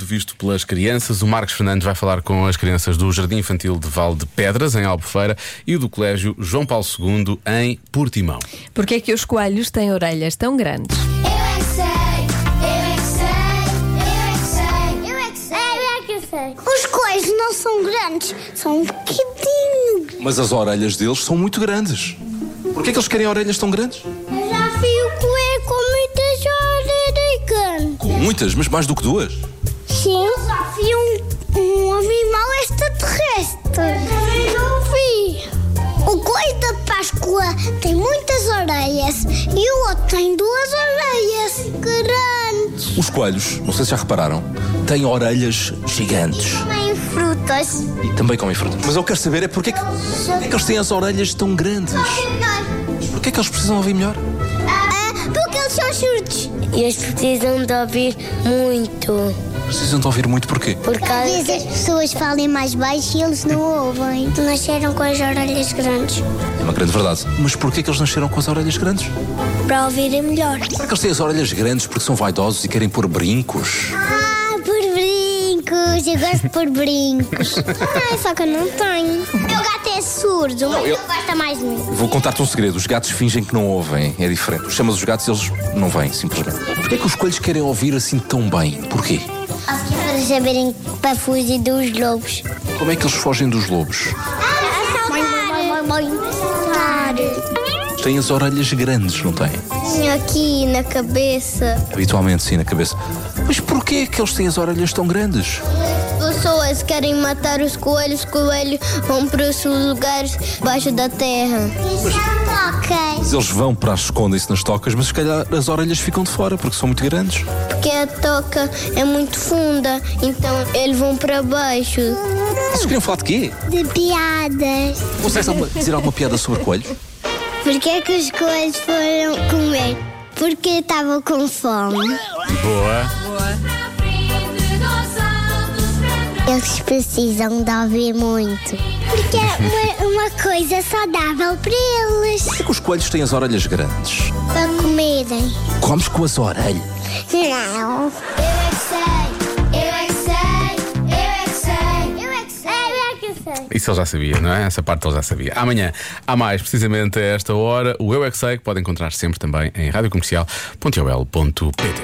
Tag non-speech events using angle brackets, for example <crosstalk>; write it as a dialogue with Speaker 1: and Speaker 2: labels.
Speaker 1: visto pelas crianças. O Marcos Fernandes vai falar com as crianças do Jardim Infantil de Val de Pedras, em Albufeira, e do Colégio João Paulo II, em Portimão.
Speaker 2: Porquê é que os coelhos têm orelhas tão grandes?
Speaker 3: Eu é que sei, eu é que sei, eu é que sei, eu é que sei, eu é que sei, eu é que sei. Os coelhos não são grandes, são um bocadinho.
Speaker 4: Mas as orelhas deles são muito grandes. Porquê é que eles querem orelhas tão grandes?
Speaker 3: Eu já vi o coelho com muitas orelhas grandes.
Speaker 4: Muitas, mas mais do que duas.
Speaker 3: Sim. Eu já vi um, um animal extraterrestre. Eu também não vi. O coelho da Páscoa tem muitas orelhas e o outro tem duas orelhas grandes.
Speaker 4: Os coelhos, não sei se já repararam, têm orelhas gigantes
Speaker 3: Comem frutas.
Speaker 4: e também comem fruta. Mas eu quero saber é porquê que, porquê é que eles têm as orelhas tão grandes? Porquê é que eles precisam ouvir melhor?
Speaker 3: É, porque eles são surdos.
Speaker 5: Eles precisam de ouvir muito.
Speaker 4: Precisam de ouvir muito porquê?
Speaker 5: Por causa
Speaker 3: Talvez as pessoas falem mais baixo e eles <laughs> não ouvem. Nasceram com as orelhas grandes.
Speaker 4: É uma grande verdade. Mas porquê é que eles nasceram com as orelhas grandes?
Speaker 5: para
Speaker 3: é
Speaker 5: ouvirem melhor.
Speaker 4: Será que eles têm as orelhas grandes porque são vaidosos e querem pôr brincos?
Speaker 3: Ah, por brincos. Eu gosto por brincos. <laughs> Ai, só que eu não tenho. Meu gato é surdo, mas
Speaker 4: eu-
Speaker 3: ele gosta mais de mim.
Speaker 4: Vou contar-te um segredo. Os gatos fingem que não ouvem. É diferente. Tu chamas os gatos e eles não vêm, simplesmente. Porquê é que os coelhos querem ouvir assim tão bem? Porquê?
Speaker 3: Para saberem para fugir dos lobos.
Speaker 4: Como é que eles fogem dos lobos?
Speaker 3: A saltar.
Speaker 4: Têm as orelhas grandes, não têm?
Speaker 3: Aqui na cabeça.
Speaker 4: Habitualmente, sim, na cabeça. Mas porquê é que eles têm as orelhas tão grandes?
Speaker 3: Pessoas querem matar os coelhos, coelhos vão para os seus lugares debaixo da terra. Tocas,
Speaker 4: Eles vão para as escondem-se nas tocas, mas se calhar as orelhas ficam de fora porque são muito grandes.
Speaker 3: porque a toca é muito funda, então eles vão para baixo.
Speaker 4: Vocês queriam falar de quê?
Speaker 3: De piadas.
Speaker 4: Vocês sabem dizer alguma piada sobre coelhos?
Speaker 3: Porquê é que os coelhos foram comer? Porque estavam com fome.
Speaker 1: Boa.
Speaker 3: Eles precisam de ouvir muito. Porque é uma, uma coisa saudável para eles.
Speaker 4: Porquê que os coelhos têm as orelhas grandes?
Speaker 3: Para comerem.
Speaker 4: Comes com as orelhas.
Speaker 3: Não. Eu é que sei, eu é que sei, eu é que sei, eu é que sei, eu é que sei.
Speaker 1: Isso ele já sabia, não é? Essa parte ele já sabia. Amanhã, há mais, precisamente a esta hora, o Eu É Que Sei, que pode encontrar sempre também em radiocomercial.ol.pt